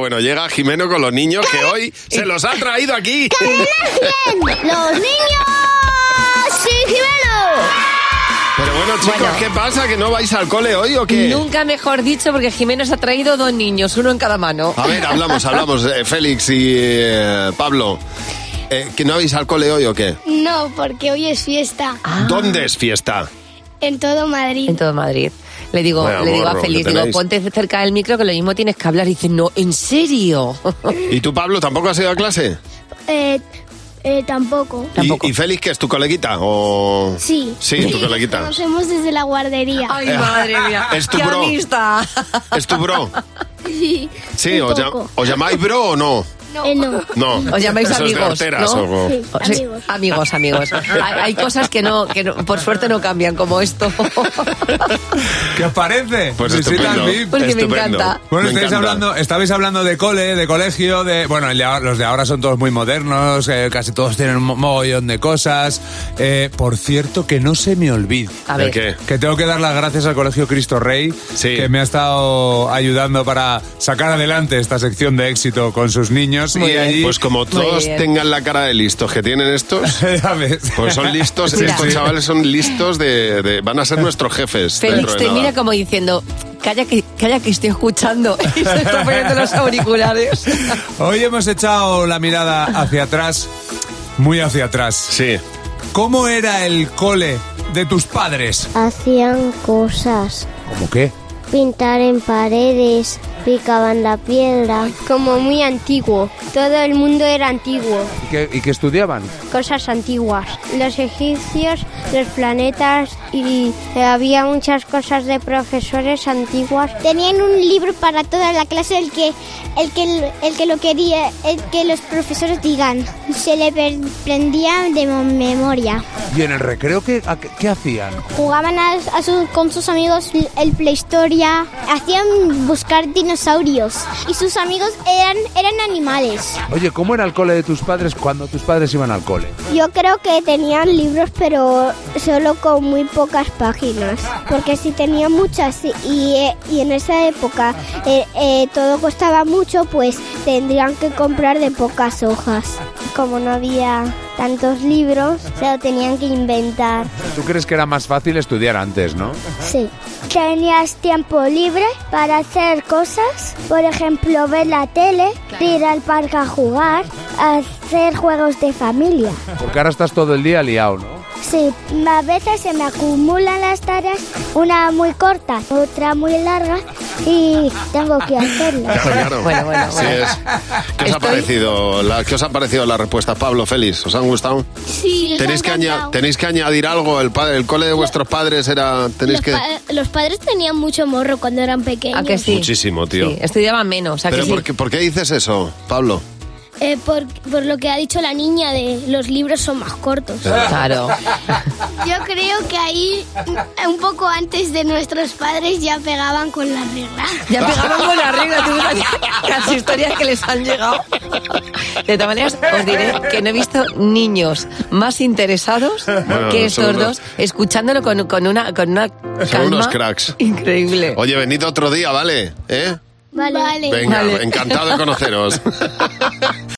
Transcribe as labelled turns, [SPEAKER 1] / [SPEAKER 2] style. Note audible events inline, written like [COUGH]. [SPEAKER 1] Bueno, llega Jimeno con los niños que hoy se los ha traído aquí.
[SPEAKER 2] ¡Los niños! ¡Sí,
[SPEAKER 1] Pero bueno, chicos,
[SPEAKER 3] Bueno.
[SPEAKER 1] ¿qué pasa? ¿Que no vais al cole hoy o qué?
[SPEAKER 3] Nunca mejor dicho, porque Jiménez ha traído dos niños, uno en cada mano.
[SPEAKER 1] A ver, hablamos, hablamos, eh, Félix y eh, Pablo. Eh, ¿Que no vais al cole hoy o qué?
[SPEAKER 2] No, porque hoy es fiesta
[SPEAKER 3] Ah.
[SPEAKER 1] ¿Dónde es fiesta?
[SPEAKER 2] en todo Madrid.
[SPEAKER 3] En todo Madrid. Le digo,
[SPEAKER 1] Vaya
[SPEAKER 3] le digo a
[SPEAKER 1] morro que
[SPEAKER 3] Félix, digo,
[SPEAKER 1] tenéis.
[SPEAKER 3] ponte cerca del micro que lo mismo tienes que hablar. Y dice, no,
[SPEAKER 1] [LAUGHS]
[SPEAKER 3] ¿en serio?
[SPEAKER 1] ¿Y tú, Pablo, tampoco has ido a clase?
[SPEAKER 2] Eh, eh, tampoco.
[SPEAKER 1] ¿Y-
[SPEAKER 3] Tampoco.
[SPEAKER 1] ¿Y, Félix, que es tu coleguita? O...
[SPEAKER 2] Sí.
[SPEAKER 1] Sí, tu
[SPEAKER 2] Nos
[SPEAKER 1] coleguita.
[SPEAKER 2] conocemos desde la guardería. [LAUGHS]
[SPEAKER 3] Ay, madre mía.
[SPEAKER 1] Es tu
[SPEAKER 3] ¡Qué
[SPEAKER 1] bro.
[SPEAKER 3] amistad!
[SPEAKER 1] ¿Es tu bro?
[SPEAKER 2] Sí.
[SPEAKER 1] Sí,
[SPEAKER 2] un
[SPEAKER 1] ¿os, llam-
[SPEAKER 2] poco.
[SPEAKER 1] ¿os llamáis bro o no?
[SPEAKER 2] Eh, no.
[SPEAKER 1] No.
[SPEAKER 3] Os llamáis
[SPEAKER 1] Eso es de
[SPEAKER 3] amigos,
[SPEAKER 1] horteras,
[SPEAKER 3] ¿no?
[SPEAKER 1] o-
[SPEAKER 2] Sí,
[SPEAKER 3] O sea,
[SPEAKER 2] amigos.
[SPEAKER 1] [LAUGHS]
[SPEAKER 3] amigos, amigos. Hay, hay cosas que no, que no- por suerte no cambian
[SPEAKER 1] [LAUGHS]
[SPEAKER 3] como esto.
[SPEAKER 4] ¿Qué os parece?
[SPEAKER 1] Pues
[SPEAKER 4] Visita
[SPEAKER 1] estupendo.
[SPEAKER 4] al VIP.
[SPEAKER 3] Porque me
[SPEAKER 1] estupendo.
[SPEAKER 3] encanta.
[SPEAKER 4] Bueno,
[SPEAKER 1] Me
[SPEAKER 4] estáis
[SPEAKER 1] encanta.
[SPEAKER 4] hablando, estabais hablando de cole, de colegio, de... Bueno, el de ahora- los de ahora son todos muy modernos, eh, casi todos tienen un mo- mogollón de cosas. Eh, por cierto, que no se me olvide.
[SPEAKER 3] A
[SPEAKER 1] ¿El
[SPEAKER 3] ver.
[SPEAKER 1] qué?
[SPEAKER 4] Que tengo que dar las gracias al Colegio Cristo Rey,
[SPEAKER 1] Sí.
[SPEAKER 4] que me ha estado ayudando para sacar adelante esta sección de éxito con sus niños.
[SPEAKER 3] Muy
[SPEAKER 4] y
[SPEAKER 3] bien.
[SPEAKER 4] allí...
[SPEAKER 1] Pues como todos
[SPEAKER 3] bien.
[SPEAKER 1] tengan la cara de listos que tienen estos,
[SPEAKER 4] [LAUGHS] Ya ves.
[SPEAKER 1] pues
[SPEAKER 3] [LAUGHS]
[SPEAKER 1] son listos,
[SPEAKER 3] Mira.
[SPEAKER 1] estos chavales son listos de, de- van a ser nuestros jefes.
[SPEAKER 3] Félix
[SPEAKER 1] dentro de
[SPEAKER 3] te
[SPEAKER 1] nada.
[SPEAKER 3] mira como diciendo, calla que, calla que estoy escuchando. [LAUGHS] Y se está poniendo
[SPEAKER 1] [LAUGHS]
[SPEAKER 3] los auriculares.
[SPEAKER 4] Hoy hemos echado la mirada hacia atrás, muy hacia atrás.
[SPEAKER 1] Sí.
[SPEAKER 4] ¿Cómo era el cole de tus padres?
[SPEAKER 5] Hacían cosas,
[SPEAKER 4] ¿Cómo qué?
[SPEAKER 5] pintar en paredes, picaban la piedra.
[SPEAKER 2] Como muy antiguo. Todo el mundo era antiguo.
[SPEAKER 4] ¿Y qué, estudiaban?
[SPEAKER 2] Cosas antiguas. Los egipcios, los planetas y había muchas cosas de profesores antiguas.
[SPEAKER 5] Tenían un libro para toda la clase, el que, el que, el que lo quería, el que los profesores digan. Se le per- prendía de mo- memoria.
[SPEAKER 4] ¿Y en el recreo qué, a qué- qué hacían?
[SPEAKER 5] Jugaban a- a su- con sus amigos el Playstoria. Hacían buscar dinosaurios. Y sus amigos eran, eran animales.
[SPEAKER 4] Oye, ¿cómo era el cole de tus padres cuando tus padres iban al cole?
[SPEAKER 5] Yo creo que tenían libros, pero solo con muy pocas páginas. Porque si tenía muchas y, y, y en esa época eh, eh, todo costaba mucho, pues tendrían que comprar de pocas hojas. Como no había tantos libros, se lo tenían que inventar.
[SPEAKER 4] ¿Tú crees que era más fácil estudiar antes, no?
[SPEAKER 5] Sí. Tenías tiempo libre para hacer cosas, por ejemplo, ver la tele, ir al parque a jugar, hacer juegos de familia.
[SPEAKER 4] Porque ahora estás todo el día liado, ¿no?
[SPEAKER 5] Sí, a veces se me acumulan las tareas, una muy corta, otra muy larga y tengo que hacerlas.
[SPEAKER 1] Claro, claro.
[SPEAKER 3] Bueno, bueno,
[SPEAKER 1] Así
[SPEAKER 3] bueno.
[SPEAKER 1] es. ¿Qué os, ha
[SPEAKER 3] Estoy-
[SPEAKER 1] parecido la, ¿Qué os han parecido las respuestas, Pablo, Félix? ¿Os han gustado?
[SPEAKER 2] Sí,
[SPEAKER 1] ¿Tenéis que, aña- tenéis que añadir algo. El, pa- el cole de vuestros padres era. Tenéis
[SPEAKER 2] Los,
[SPEAKER 1] que.
[SPEAKER 2] pa- los padres tenían mucho morro cuando eran pequeños.
[SPEAKER 3] ¿A que sí?
[SPEAKER 1] Muchísimo, tío.
[SPEAKER 3] Sí, estudiaba menos. ¿a que
[SPEAKER 1] Pero
[SPEAKER 3] sí?
[SPEAKER 1] ¿por qué, por qué dices eso, Pablo?
[SPEAKER 2] Eh, por, por lo que ha dicho la niña de los libros son más cortos.
[SPEAKER 3] Claro.
[SPEAKER 2] Yo creo que ahí, un poco antes de nuestros padres, ya pegaban con la regla.
[SPEAKER 3] Ya pegaban con la regla tú ves las- las historias que les han llegado. De todas maneras, os diré que no he visto niños más interesados que
[SPEAKER 1] son
[SPEAKER 3] estos
[SPEAKER 1] unos-
[SPEAKER 3] dos, escuchándolo con, con una, con una calma
[SPEAKER 1] unos cracks.
[SPEAKER 3] increíble.
[SPEAKER 1] Oye, venid otro día, ¿vale? ¿Eh?
[SPEAKER 2] Vale.
[SPEAKER 1] Venga,
[SPEAKER 3] Vale. [LAUGHS]
[SPEAKER 1] encantado de conoceros.